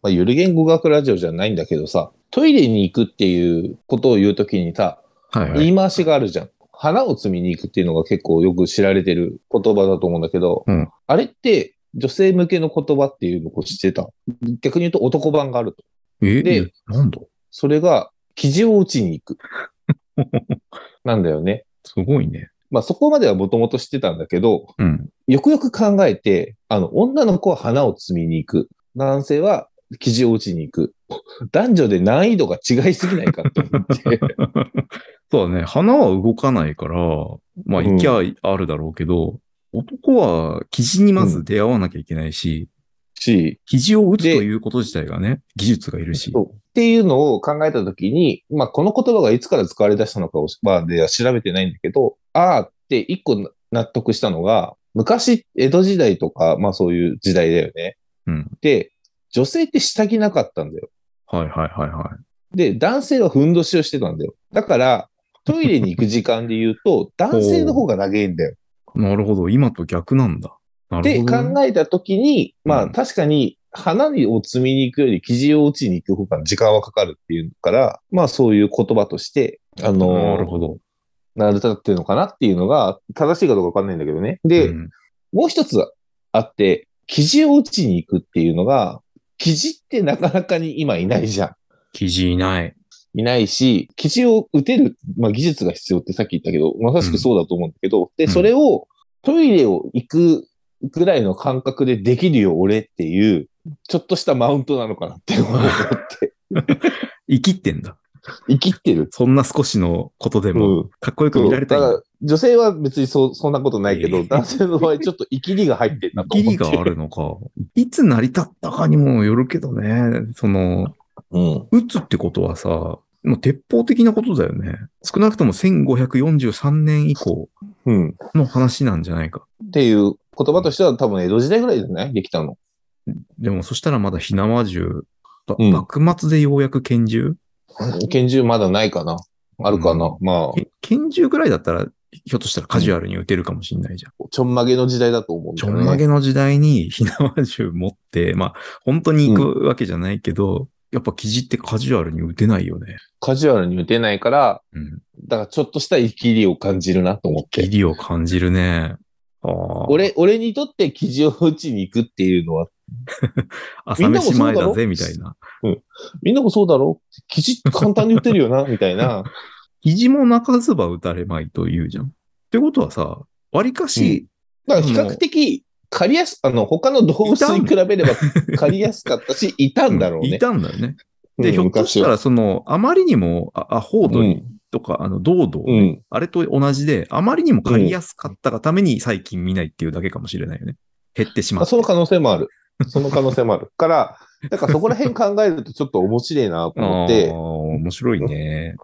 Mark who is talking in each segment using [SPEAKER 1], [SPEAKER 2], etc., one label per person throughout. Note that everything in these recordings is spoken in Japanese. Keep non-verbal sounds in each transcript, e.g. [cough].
[SPEAKER 1] まあ、ゆる言語学ラジオじゃないんだけどさ、トイレに行くっていうことを言うときにさ、
[SPEAKER 2] はいはい。
[SPEAKER 1] 言い回しがあるじゃん。花を摘みに行くっていうのが結構よく知られてる言葉だと思うんだけど、
[SPEAKER 2] うん
[SPEAKER 1] あれって女性向けの言葉っていうのを知ってた。逆に言うと男版があると。
[SPEAKER 2] え
[SPEAKER 1] で
[SPEAKER 2] で、なんだ
[SPEAKER 1] それが、生地を打ちに
[SPEAKER 2] [laughs]
[SPEAKER 1] 行く。なんだよね。
[SPEAKER 2] すごいね。
[SPEAKER 1] まあそこまではもともと知ってたんだけど、
[SPEAKER 2] うん。 [laughs]
[SPEAKER 1] よくよく考えて、あの、女の子は花を摘みに行く。男性は生地を打ちに行く。男女で難易度が違いすぎないかって思
[SPEAKER 2] [laughs]
[SPEAKER 1] って。
[SPEAKER 2] そうだね。花は動かないから、まあ、
[SPEAKER 1] うん
[SPEAKER 2] 行きゃあるだろうけど、男は生地にまず出会わなきゃいけないし、
[SPEAKER 1] し、
[SPEAKER 2] 生地を打つと
[SPEAKER 1] で
[SPEAKER 2] いうこと自体がね、技術がいるし。
[SPEAKER 1] そうっていうのを考えたときに、まあ、この言葉がいつから使われ出したのかを、まあ、では調べてないんだけど、あーって一個な納得したのが、昔、江戸時代とか、まあそういう時代だよね。
[SPEAKER 2] うん。
[SPEAKER 1] で、女性って下着なかったんだよ。
[SPEAKER 2] はいはいはいは
[SPEAKER 1] で、男性はふんどしをしてたんだよ。だから、トイレに行く時間で言う
[SPEAKER 2] [laughs]
[SPEAKER 1] と、男性の方が長いんだよ。
[SPEAKER 2] い。なるほど。今と逆なんだ。な
[SPEAKER 1] で、
[SPEAKER 2] るほどね、
[SPEAKER 1] 考えたときに、まあ
[SPEAKER 2] うん
[SPEAKER 1] 確かに、花を摘みに行くより生地を打ちに行く方が時間はかかるっていうから、まあそういう言葉として、あ
[SPEAKER 2] な
[SPEAKER 1] の
[SPEAKER 2] るほど。
[SPEAKER 1] 成り立ってるのかなっていうのが、正しいかどうかわかんないんだけどね。で、
[SPEAKER 2] うん
[SPEAKER 1] もう一つあって、生地を打ちに行くっていうのが、生地ってなかなかに今いないじゃん。
[SPEAKER 2] 生地いない。
[SPEAKER 1] いないし、生地を打てる、まあ、技術が必要ってさっき言ったけど、まさしくそうだと思うんだけど、
[SPEAKER 2] う
[SPEAKER 1] で、
[SPEAKER 2] ん
[SPEAKER 1] それをトイレを行くぐらいの感覚でできるよ、俺っていう、ちょっとしたマウントなのかなって
[SPEAKER 2] [laughs]
[SPEAKER 1] 思って、
[SPEAKER 2] 生きってんだ。
[SPEAKER 1] 生きってる。
[SPEAKER 2] そんな少しのことでも、
[SPEAKER 1] うん
[SPEAKER 2] かっこよく
[SPEAKER 1] そう
[SPEAKER 2] 見
[SPEAKER 1] だ
[SPEAKER 2] られた
[SPEAKER 1] か
[SPEAKER 2] いんだ。
[SPEAKER 1] ら女性は別にそそんなことないけ
[SPEAKER 2] い
[SPEAKER 1] ど、
[SPEAKER 2] やいや
[SPEAKER 1] 男性の場合ちょっと生きりが入ってんなと
[SPEAKER 2] ギ
[SPEAKER 1] 思っ
[SPEAKER 2] リ
[SPEAKER 1] て。
[SPEAKER 2] があるのか。いつ成り立ったかにもよるけどね。その、
[SPEAKER 1] うん。
[SPEAKER 2] 撃つってことはさ、もう鉄砲的なことだよね。少なくとも1543年以降
[SPEAKER 1] うん。っ
[SPEAKER 2] の話なんじゃないか。
[SPEAKER 1] ていう言葉としては多分江戸時代ぐらいじゃないできたの。
[SPEAKER 2] でもそしたらまだ火縄銃、ば
[SPEAKER 1] うん
[SPEAKER 2] 幕末でようやく拳銃
[SPEAKER 1] 拳銃まだないかなあるかな、
[SPEAKER 2] うん
[SPEAKER 1] まあ、
[SPEAKER 2] け拳銃ぐらいだったら、ひょっとしたらカジュアルに撃てるかもしんないじゃん。
[SPEAKER 1] ちょんまげの時代だと思うん
[SPEAKER 2] ち
[SPEAKER 1] だ
[SPEAKER 2] ょ
[SPEAKER 1] よね。
[SPEAKER 2] んまげの時代に火縄銃持って、まあ、本当に行くわけじゃないけど、やっぱ生地ってカジュアルに撃てないよね。
[SPEAKER 1] カジュアルに打てないから、
[SPEAKER 2] うん。
[SPEAKER 1] だからちょっとした生きりを感じるなと思っ
[SPEAKER 2] ギ
[SPEAKER 1] て。
[SPEAKER 2] リを感じるね。ああ。、
[SPEAKER 1] 俺、俺にとって生地を打ちに行くっていうのは、
[SPEAKER 2] 朝飯前だぜ、みたいな。
[SPEAKER 1] みんなもそうだろ生地簡単に打てるよ
[SPEAKER 2] [laughs]
[SPEAKER 1] なみたいな。
[SPEAKER 2] 肘も泣かずば打たれまいと言うじゃん。ってことはさ、わりかし、
[SPEAKER 1] だから比較的、借りやす、あの、他の動物に比べれば借りやすかったし、いたんだろう
[SPEAKER 2] うん
[SPEAKER 1] ね
[SPEAKER 2] い。たんだよね。で、
[SPEAKER 1] うん
[SPEAKER 2] ひょっとしたら、その、あまりにも、あアホー
[SPEAKER 1] 昔は
[SPEAKER 2] ド
[SPEAKER 1] う
[SPEAKER 2] リ
[SPEAKER 1] ん。
[SPEAKER 2] とか、あの、堂々、
[SPEAKER 1] うん。
[SPEAKER 2] あれと同じで、あまりにも借りやすかったがために最近見ないっていうだけかもしれないよね。減ってしま
[SPEAKER 1] まあ
[SPEAKER 2] う。
[SPEAKER 1] その可能性もある。その可能性もある。から、だからそこら辺考えるとちょっと面白いなと思っ
[SPEAKER 2] あー
[SPEAKER 1] て、
[SPEAKER 2] 面白いね。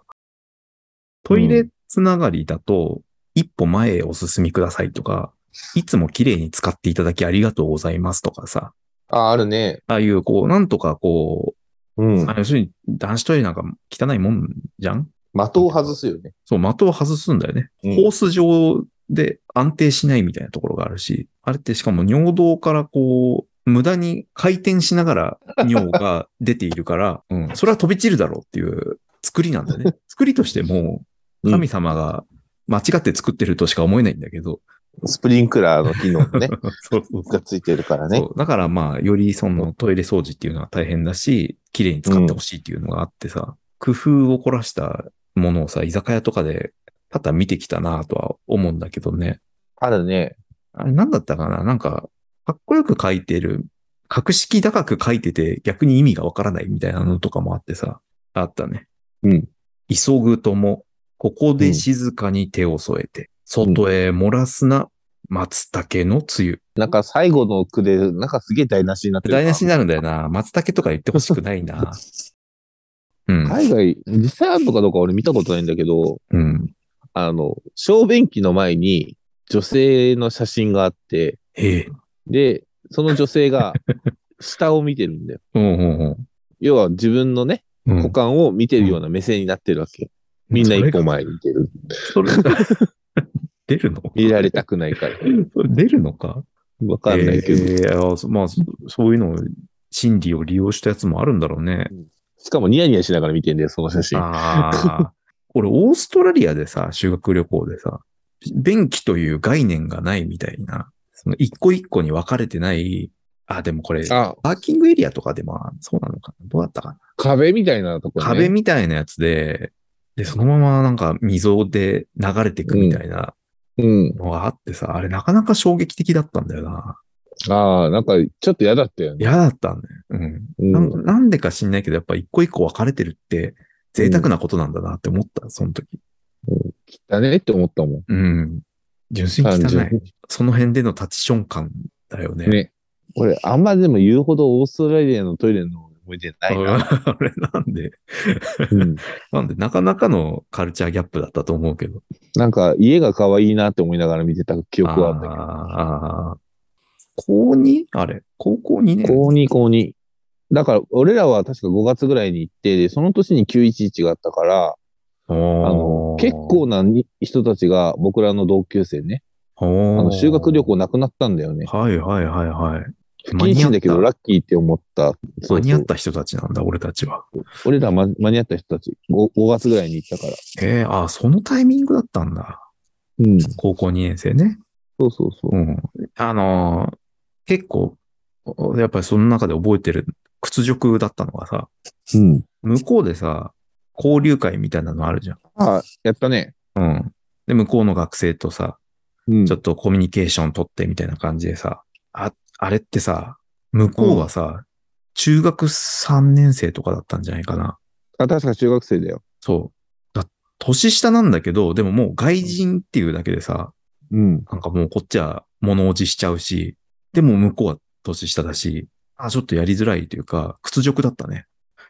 [SPEAKER 2] トイレつながりだと、一歩前へお進みくださいとか、いつも綺麗に使っていただきありがとうございますとかさ、
[SPEAKER 1] あ、あるね。
[SPEAKER 2] [laughs] ああいうこう、なんとかこ
[SPEAKER 1] うん
[SPEAKER 2] う、ま。あ要するに男子トイレなんか汚いもんじゃん
[SPEAKER 1] 的を外すよね。
[SPEAKER 2] そう、的を外すんだよね。
[SPEAKER 1] うん
[SPEAKER 2] ホース状で安定しないみたいなところがあるし、あれってしかも尿道からこう、無駄に回転しなが [laughs] ら尿が出ているから、うん、それは飛び散るだろうっていう作りなんだよ [laughs] ね。作りとしても、
[SPEAKER 1] うん
[SPEAKER 2] 神様が間違って作ってるとしか思えないんだけど、
[SPEAKER 1] スプリンクラーの機能もね、
[SPEAKER 2] そうそうそ
[SPEAKER 1] が
[SPEAKER 2] う
[SPEAKER 1] ついてるからね
[SPEAKER 2] そ。うだからまあ、よりそのトイレ掃除っていうのは大変だし、綺麗に使ってほしいっていうのがあってさ、工夫を凝らしたものをさ、居酒屋とかで多々見てきたなとは思うんだけどね。
[SPEAKER 1] あるね。
[SPEAKER 2] あれなんだったかななんか、かっこよく書いてる、格式高く書いてて逆に意味がわからないみたいなのとかもあってさ、あったね。
[SPEAKER 1] うん。
[SPEAKER 2] 急ぐとも、ここで静かに手を添えて、外へ漏らすな、松茸の梅雨。
[SPEAKER 1] なんか最後の句で、なんかすげえ台無しになってるな。
[SPEAKER 2] 台無しになるんだよな。松茸とか言ってほしくないな。うん。
[SPEAKER 1] 海外、実際あるのかどうか俺見たことないんだけど、
[SPEAKER 2] うん。
[SPEAKER 1] あの、小便器の前に女性の写真があって、
[SPEAKER 2] ええ。
[SPEAKER 1] で、その女性 [laughs] が下を見てるんだよ。
[SPEAKER 2] うんうん
[SPEAKER 1] 要は自分のね、
[SPEAKER 2] うんうん。
[SPEAKER 1] 股間を見てるような目線になってるわけよ。みんな一歩前に出る。
[SPEAKER 2] それ [laughs] が。それが出るの
[SPEAKER 1] 見られたくないから。
[SPEAKER 2] それ出るのか
[SPEAKER 1] わかんないけど。
[SPEAKER 2] ええあそまあ、そそういうの心理を利用したやつもあるんだろうね。
[SPEAKER 1] しかもニヤニヤしながら見てんだよ、その写真。
[SPEAKER 2] ああ。 [laughs] 俺、オーストラリアでさ、修学旅行でさ、便器という概念がないみたいな、その一個一個に分かれてない、あ、でもこれ、
[SPEAKER 1] あ、
[SPEAKER 2] パーキングエリアとかでも、そうなのかなどうだったかな
[SPEAKER 1] 壁みたいなところ、ね。
[SPEAKER 2] 壁みたいなやつで、で、そのままなんか溝で流れていくみたいな
[SPEAKER 1] うん。
[SPEAKER 2] のがあってさ、あれなかなか衝撃的だったんだよな。
[SPEAKER 1] ああ、なんか、ちょっと嫌だったよね。
[SPEAKER 2] 嫌だったんだよ。うん。
[SPEAKER 1] うん
[SPEAKER 2] なんなんでか知んないけど、やっぱ一個一個分かれてるって、贅沢なことなんだなって思った、その時。
[SPEAKER 1] だねって思ったもん。
[SPEAKER 2] うん。純粋に汚い。
[SPEAKER 1] 単
[SPEAKER 2] その辺でのタッチション感だよね。
[SPEAKER 1] ね俺、あんまでも言うほどオーストラリアのトイレの思い出な
[SPEAKER 2] [laughs] あ
[SPEAKER 1] いな。
[SPEAKER 2] れなんで、
[SPEAKER 1] うん、
[SPEAKER 2] なんで、なかなかのカルチャーギャップだったと思うけど。
[SPEAKER 1] なんか、家が可愛いなって思いながら見てた記憶はあった
[SPEAKER 2] あーあー高 2? あれ高校2
[SPEAKER 1] け
[SPEAKER 2] 年
[SPEAKER 1] ど。高2、高2。だから、俺らは確か5月ぐらいに行って、でその年に911があったから、
[SPEAKER 2] あ
[SPEAKER 1] あの、結構なに人たちが僕らの同級生ね、
[SPEAKER 2] あ
[SPEAKER 1] あ
[SPEAKER 2] の
[SPEAKER 1] の修学旅行なくなったんだよね。
[SPEAKER 2] はいはいはいはい。
[SPEAKER 1] 不謹慎だけど
[SPEAKER 2] 間に合
[SPEAKER 1] ラッキーって思った。そうそう
[SPEAKER 2] 間に合った人たちなんだ、俺たちは。
[SPEAKER 1] 俺ら、ま、間に合った人たち5、5月ぐらいに行ったから。
[SPEAKER 2] ええああ、そのタイミングだったんだ。
[SPEAKER 1] うん。
[SPEAKER 2] 高校2年生ね。
[SPEAKER 1] そうそうそう。
[SPEAKER 2] うん。あのー結構、おやっぱりその中で覚えてる屈辱だったのがさ、
[SPEAKER 1] うん。
[SPEAKER 2] 向こうでさ、交流会みたいなのあるじゃん。
[SPEAKER 1] ああ、やったね。
[SPEAKER 2] うん。で、向こうの学生とさ、
[SPEAKER 1] うん
[SPEAKER 2] ちょっとコミュニケーション取ってみたいな感じでさ、あ、あれってさ、向こうはさ、中学3年生とかだったんじゃないかな。
[SPEAKER 1] あ、確か中学生だよ。
[SPEAKER 2] そう。だ年下なんだけど、でももう外人っていうだけでさ、
[SPEAKER 1] うん。
[SPEAKER 2] なんかもうこっちは物落ちしちゃうし、でも向こうは年下だし、あ、ちょっとやりづらいというか、屈辱だったね。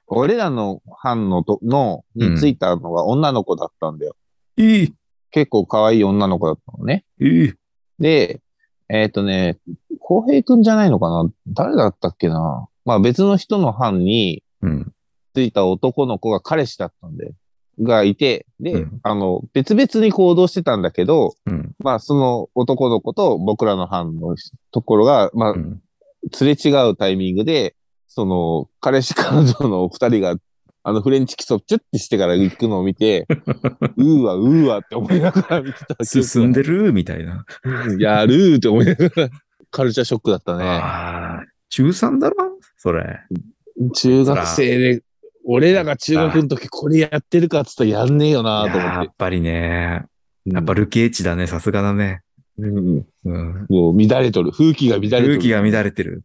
[SPEAKER 1] 俺らの班のと、の、
[SPEAKER 2] うん
[SPEAKER 1] についたのが女の子だったんだよ。
[SPEAKER 2] いい、
[SPEAKER 1] 結構可愛い女の子だったのね。
[SPEAKER 2] いい。
[SPEAKER 1] で、えっ、とね、浩平くんじゃないのかな誰だったっけなまあ別の人の班に
[SPEAKER 2] うん。
[SPEAKER 1] ついた男の子が彼氏だったんで、がいて、で、
[SPEAKER 2] うん
[SPEAKER 1] あの、別々に行動してたんだけど、
[SPEAKER 2] うん。
[SPEAKER 1] まあその男の子と僕らの班のところが、まあ
[SPEAKER 2] うん。
[SPEAKER 1] すれ違うタイミングで、その、彼氏彼女のお二人が、あの、フレンチ基礎チュッてしてから行くのを見
[SPEAKER 2] [laughs]
[SPEAKER 1] て、うーわ、うーわって思いながら見てた。
[SPEAKER 2] 進んでるみたいな。
[SPEAKER 1] る。やるーって思いながら。カルチャーショックだったね。
[SPEAKER 2] ああ、中3だろそれ。
[SPEAKER 1] 中学生で、俺らが中学の時これやってるかっつったらやんねえよなーと思
[SPEAKER 2] や
[SPEAKER 1] っ。
[SPEAKER 2] ってぱりね、やっぱ
[SPEAKER 1] り、
[SPEAKER 2] ルケーチだね、さすがだね。
[SPEAKER 1] うん
[SPEAKER 2] うん。
[SPEAKER 1] もう乱れとる。風紀が乱れとる。
[SPEAKER 2] 空気が乱れてる。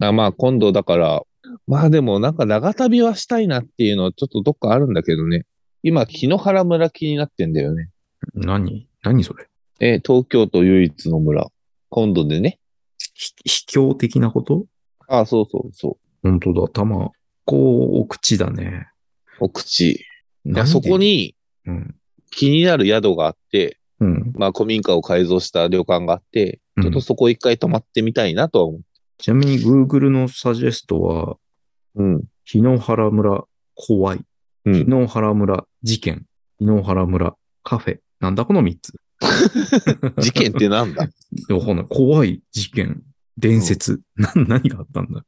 [SPEAKER 1] あまあ今度だから、まあでもなんか長旅はしたいなっていうのはちょっとどっかあるんだけどね。今、檜原村気になってんだよね。
[SPEAKER 2] 何何それ
[SPEAKER 1] えー、東京都唯一の村。今度でね。
[SPEAKER 2] ひ卑怯的なこと
[SPEAKER 1] あそうそうそ
[SPEAKER 2] 本当だ、頭。こう、お口だね。
[SPEAKER 1] う。お口。い
[SPEAKER 2] なん
[SPEAKER 1] や、
[SPEAKER 2] で
[SPEAKER 1] そこ。に
[SPEAKER 2] うん。
[SPEAKER 1] 気になる宿があって、
[SPEAKER 2] うん。
[SPEAKER 1] まあ古民家を改造した旅館があって、
[SPEAKER 2] うん
[SPEAKER 1] ちょっとそこ一回泊まってみたいなとは思う。
[SPEAKER 2] ちなみに Google のサジェストは、
[SPEAKER 1] うん。
[SPEAKER 2] 日野原村怖い。
[SPEAKER 1] う
[SPEAKER 2] 日
[SPEAKER 1] ん。
[SPEAKER 2] 野原村事件。日野原村カフェ。なんだこの3つ。
[SPEAKER 1] [laughs] 事件ってなん [laughs] だ
[SPEAKER 2] わかんない。怖い事件。伝説。な、 [laughs] 何があったんだ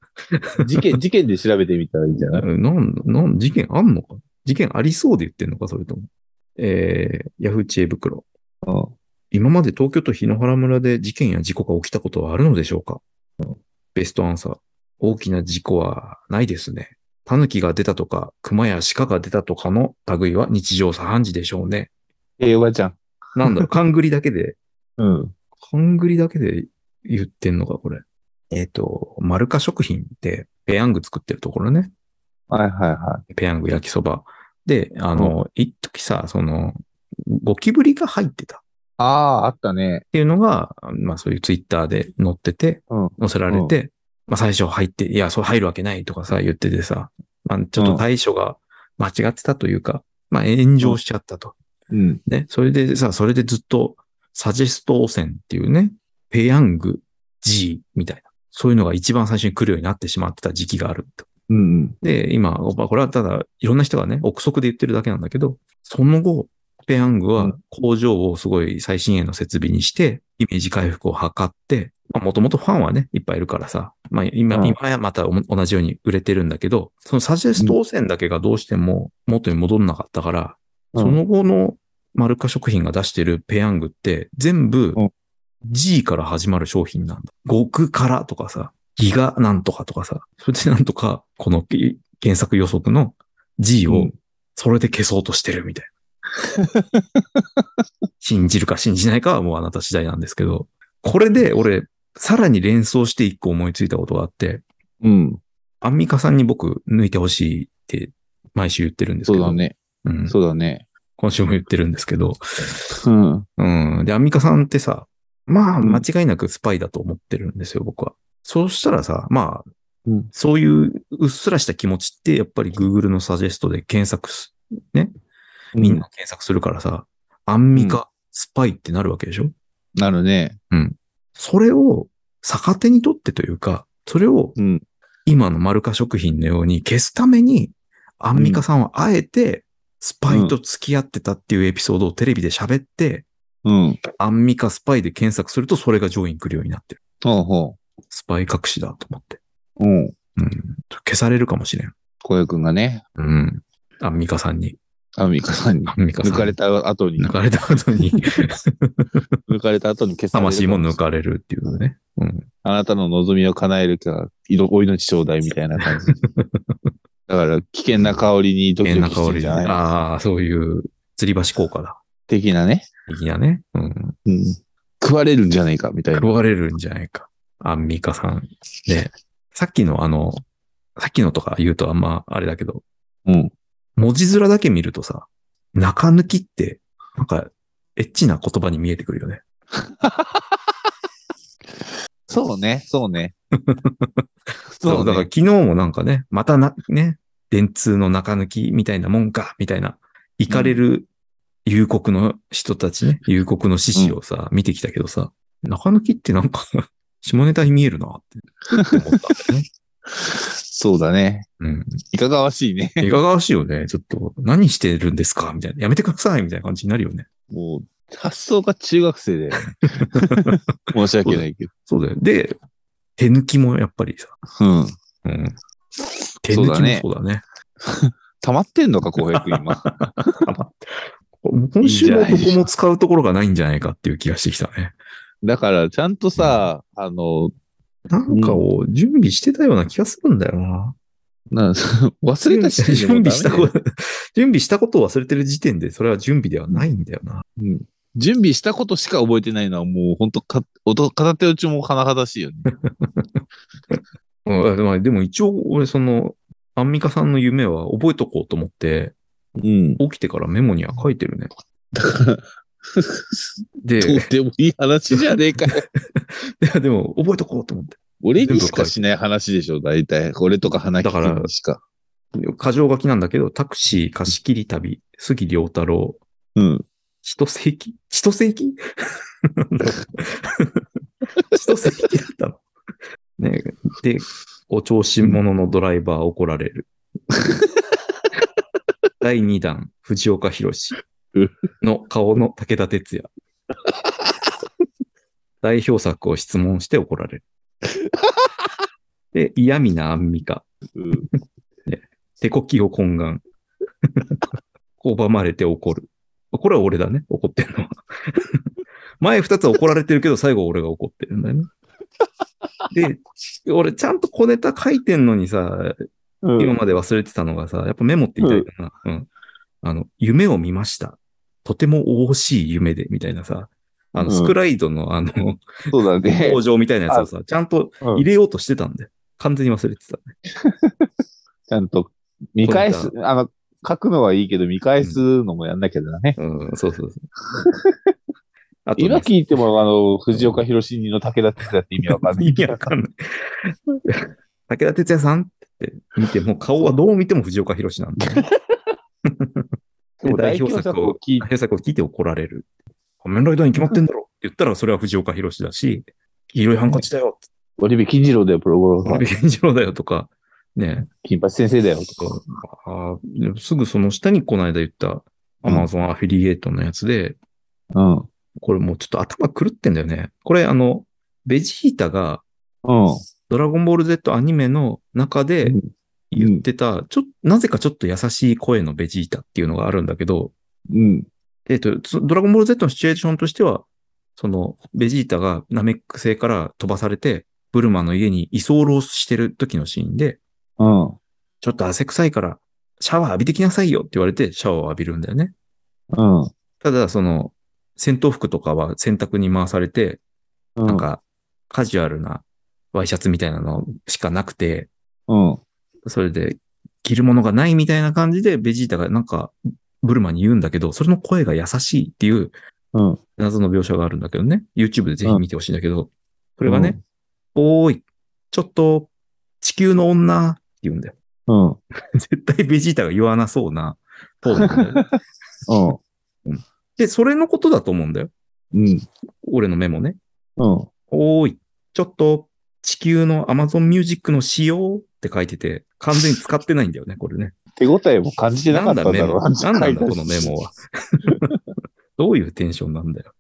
[SPEAKER 1] 事件、事件で調べてみたらいいんじゃない
[SPEAKER 2] なん、なん、事件あんのか事件ありそうで言ってんのかそれとも。えー、ヤフー知恵袋。
[SPEAKER 1] あ
[SPEAKER 2] 今まで東京都檜原村で事件や事故が起きたことはあるのでしょうか、ベストアンサー。大きな事故はないですね。狸が出たとか、熊や鹿が出たとかの類は日常茶飯事でしょうね。
[SPEAKER 1] 平和じゃん。
[SPEAKER 2] なんだろう、勘繰りだけで、
[SPEAKER 1] うん。
[SPEAKER 2] 勘繰りだけで言ってんのか、これ。えっ、と、マルカ食品って、ペヤング作ってるところね。
[SPEAKER 1] はいはいは
[SPEAKER 2] ペヤング焼きそば。で、あの、一時さ、その、ゴキブリが入ってたっ
[SPEAKER 1] い。ああ、あったね。
[SPEAKER 2] ていうのが、まあそういうツイッターで載ってて、
[SPEAKER 1] うん。
[SPEAKER 2] 載せられて、まあ最初入って、いや、そう入るわけないとかさ、言っててさ、まあちょっと対処が間違ってたというか、まあ炎上しちゃったと。
[SPEAKER 1] うん。
[SPEAKER 2] ね。それでさ、それでずっと、サジェスト汚染っていうね、ペヤング G みたいな。そういうのが一番最初に来るようになってしまってた時期があると。
[SPEAKER 1] うんうん。
[SPEAKER 2] で、今、まあこれはただ、いろんな人がね、憶測で言ってるだけなんだけど、その後、ペヤング
[SPEAKER 1] う
[SPEAKER 2] は
[SPEAKER 1] ん
[SPEAKER 2] 工場をすごい最新鋭の設備にして、イメージ回復を図って、もともとファンはね、いっぱいいるからさ、まあ今、
[SPEAKER 1] うん
[SPEAKER 2] 今やまたお同じように売れてるんだけど、そのサジェスト汚染だけがどうしても元に戻んなかったから、
[SPEAKER 1] うん
[SPEAKER 2] その後のマルカ食品が出してるペヤングって全部
[SPEAKER 1] うん
[SPEAKER 2] G から始まる商品なんだ。極からとかさ、ギガなんとかとかさ、それでなんとかこのい検索予測の G
[SPEAKER 1] う
[SPEAKER 2] を
[SPEAKER 1] ん
[SPEAKER 2] それで消そうとしてるみたいな。信じるか信じないかはもうあなた次第なんですけど、これで俺、さらに連想して一個思いついたことがあって、
[SPEAKER 1] うん。
[SPEAKER 2] アンミカさんに僕抜いてほしいって毎週言ってるんです
[SPEAKER 1] そ
[SPEAKER 2] け
[SPEAKER 1] う
[SPEAKER 2] ど、
[SPEAKER 1] だね。
[SPEAKER 2] うん
[SPEAKER 1] そうだね。
[SPEAKER 2] 今週も言ってるんですけど、
[SPEAKER 1] うん。
[SPEAKER 2] うん。で、アンミカさんってさ、まあ、
[SPEAKER 1] うん
[SPEAKER 2] 間違いなくスパイだと思ってるんですよ、僕は。そうしたらさ、まあ、
[SPEAKER 1] うん
[SPEAKER 2] そういううっすらした気持ちって、やっぱり Google のサジェストで検索す、ね、みんな検索するからさ、アンミカ、スパイってなるわけでしょ
[SPEAKER 1] なるね。
[SPEAKER 2] それを逆手にとってというか、それを
[SPEAKER 1] うん。
[SPEAKER 2] 今のマルカ食品のように消すために、アンミカさんはあえて、スパイと付き合ってたっていうエピソードをテレビで喋って、
[SPEAKER 1] うん。
[SPEAKER 2] アンミカスパイで検索するとそれが上位に来るようになってる。
[SPEAKER 1] ほうほ
[SPEAKER 2] スパイ隠しだと思って。
[SPEAKER 1] う。うん。
[SPEAKER 2] うん。消されるかもしれん。
[SPEAKER 1] 小籔くんがね、
[SPEAKER 2] うん。アンミカさんに。
[SPEAKER 1] アンミカさんに
[SPEAKER 2] アンミカさ
[SPEAKER 1] 抜
[SPEAKER 2] んに。
[SPEAKER 1] かれた後に、
[SPEAKER 2] 抜かれた後
[SPEAKER 1] [laughs]
[SPEAKER 2] に、
[SPEAKER 1] 抜かれた後に消される
[SPEAKER 2] 魂も抜かれるっていうね。うん。
[SPEAKER 1] あなたの望みを叶えるから、いろお命ちょうだいみたいな感
[SPEAKER 2] [laughs]
[SPEAKER 1] じ。だから、危険な香りにドキ
[SPEAKER 2] 変
[SPEAKER 1] ド
[SPEAKER 2] な
[SPEAKER 1] キして
[SPEAKER 2] 香
[SPEAKER 1] るん
[SPEAKER 2] り
[SPEAKER 1] じ
[SPEAKER 2] で。
[SPEAKER 1] ゃない
[SPEAKER 2] ああ、そういう、吊り橋効果だ。
[SPEAKER 1] 的なね。
[SPEAKER 2] いやね。うん。
[SPEAKER 1] うん。食われるんじゃないか、みたいな。
[SPEAKER 2] 食われるんじゃないか。アンミカさん。ね。さっきのあの、さっきのとか言うとあんまあれだけど、
[SPEAKER 1] うん。
[SPEAKER 2] 文字面だけ見るとさ、中抜きって、なんか、エッチな言葉に見えてくるよね。
[SPEAKER 1] そうね、そう
[SPEAKER 2] [laughs]
[SPEAKER 1] ね。
[SPEAKER 2] そう、
[SPEAKER 1] そう
[SPEAKER 2] だか
[SPEAKER 1] ね。
[SPEAKER 2] ら昨日もなんかね、またな、ね、電通の中抜きみたいなもんか、みたいな、行かれる夕刻の人たちね、夕刻の獅子をさ、見てきたけどさ、中抜きってなんか、下ネタに見えるなって思ったんだよね。
[SPEAKER 1] そうだね。
[SPEAKER 2] [laughs] うん。
[SPEAKER 1] いかがわしいね。
[SPEAKER 2] [laughs] いかがわしいよね。ちょっと、何してるんですかみたいな。やめてくださいみたいな感じになるよね。
[SPEAKER 1] もう、発想が中学生だよね。 [laughs] 申し訳ないけど。
[SPEAKER 2] そうだよ。で、手抜きもやっぱりさ、
[SPEAKER 1] うん。
[SPEAKER 2] うん。手抜きもそうだね。
[SPEAKER 1] 溜まってんのか、浩平君今。
[SPEAKER 2] 今週もどこも使うところがないんじゃないかっていう気がしてきたね。
[SPEAKER 1] だから、ちゃんとさ、あの、
[SPEAKER 2] なんかを準備してたような気がするんだよな。
[SPEAKER 1] な [laughs] 忘れた時点でもう
[SPEAKER 2] 準
[SPEAKER 1] ダメだよ
[SPEAKER 2] 備したこと、 [laughs] 準備したことを忘れてる時点で、それは準備ではないんだよな。
[SPEAKER 1] うん準備したことしか覚えてないのはもう本当か、 [laughs] おと片手打ちも甚だしいよね。
[SPEAKER 2] うん、まあでも一応、俺、その、アンミカさんの夢は覚えとこうと思って、
[SPEAKER 1] うん。
[SPEAKER 2] 起きてからメモには書いてるね。で、
[SPEAKER 1] と
[SPEAKER 2] い
[SPEAKER 1] ってもいい話じゃねえか [laughs] よ。
[SPEAKER 2] や、でも、覚えとこうと思って。
[SPEAKER 1] 俺にしかしない話でしょ、大体。俺とか花木君にしか。
[SPEAKER 2] 過剰書きなんだけど、タクシー貸し切り旅、杉良太郎、
[SPEAKER 1] うん。
[SPEAKER 2] 千歳駅千歳駅 [laughs] 千歳駅だったの。ねで、お調子者のドライバー怒られる。第2弾、藤岡弘の顔の武田鉄矢。代表作を質問して怒られる。で、嫌味なアンミカ。
[SPEAKER 1] うん
[SPEAKER 2] 手こきを懇願。拒まれて怒る。これは俺だね、怒ってんのは。前二つは怒られてるけど、最後は俺が怒ってるんだよね。で、俺ちゃんと小ネタ書いてんのにさ、今まで忘れてたのがさ、やっぱメモってみたいだな。うん。あの、夢を見ました。とても惜しい夢で、みたいなさ。あの、
[SPEAKER 1] うん
[SPEAKER 2] スクライドのあの、
[SPEAKER 1] そうだね
[SPEAKER 2] 工。場みたいなや [laughs] つをさ、ちゃんと
[SPEAKER 1] うん
[SPEAKER 2] 入れようとしてたんで、完全に忘れてた。
[SPEAKER 1] ちゃんと見返す、あの、書くのはいいけど、見返すのもやんなきゃだね。
[SPEAKER 2] うん、そうそうそう。 [laughs] あとね
[SPEAKER 1] 今聞いても、あの、藤岡弘にの武田鉄矢って意味わかんない。
[SPEAKER 2] 意味わか [laughs] んない。武田鉄矢さんって見ても、顔はどう見ても藤岡弘なんで。
[SPEAKER 1] でも
[SPEAKER 2] 代表作を、
[SPEAKER 1] 聞い
[SPEAKER 2] 代表作を聞いて怒られる。仮面ライダーに決まってんだろって言ったら、それは藤岡弘だし、黄色いハンカチだよ、
[SPEAKER 1] 織部金次郎だよ、プロゴルファ
[SPEAKER 2] 安
[SPEAKER 1] ー。
[SPEAKER 2] 倍健次郎だよとか、ね、
[SPEAKER 1] 金八先生だよ、とか。
[SPEAKER 2] とかあーすぐその下にこの間言った、アマゾンアフィリエイトのやつで、
[SPEAKER 1] うん。
[SPEAKER 2] これもうちょっと頭狂ってんだよね。これあの、ベジータが
[SPEAKER 1] うん。
[SPEAKER 2] ドラゴンボール Z アニメの中で
[SPEAKER 1] うん
[SPEAKER 2] 言ってた、ちょっと、なぜかちょっと優しい声のベジータっていうのがあるんだけど、
[SPEAKER 1] うん。
[SPEAKER 2] えっ、と、そドラゴンボール Z のシチュエーションとしては、その、ベジータがナメック星から飛ばされて、ブルマの家に居候してる時のシーンで、
[SPEAKER 1] うん。
[SPEAKER 2] ちょっと汗臭いから、シャワー浴びてきなさいよって言われて、シャワーを浴びるんだよね。
[SPEAKER 1] うん。
[SPEAKER 2] ただ、その、戦闘服とかは洗濯に回されて、
[SPEAKER 1] うん。
[SPEAKER 2] なんか、カジュアルなワイシャツみたいなのしかなくて、
[SPEAKER 1] うん。
[SPEAKER 2] それで、着るものがないみたいな感じで、ベジータがなんか、ブルマに言うんだけど、それの声が優しいっていう
[SPEAKER 1] うん。
[SPEAKER 2] 謎の描写があるんだけどね。YouTube でぜひ見てほしいんだけど、これがね、おーい、ちょっと、地球の女って言うんだよ。 [laughs]
[SPEAKER 1] うん。うん。
[SPEAKER 2] 絶対ベジータが言わなそうなトーンなんだよ
[SPEAKER 1] [laughs]
[SPEAKER 2] ねで、それのことだと思うんだよ。
[SPEAKER 1] うん。
[SPEAKER 2] 俺のメモね。
[SPEAKER 1] うん。
[SPEAKER 2] おーい、ちょっと、地球の Amazon Music の仕様って書いてて、完全に使ってないんだよね、これね。
[SPEAKER 1] 手応えも感じてなか
[SPEAKER 2] な
[SPEAKER 1] っ
[SPEAKER 2] ん
[SPEAKER 1] た
[SPEAKER 2] だ
[SPEAKER 1] んだ
[SPEAKER 2] メ
[SPEAKER 1] ろ
[SPEAKER 2] モ。
[SPEAKER 1] う [laughs]
[SPEAKER 2] なんなんだ、このメモは。どういうテンションなんだよ。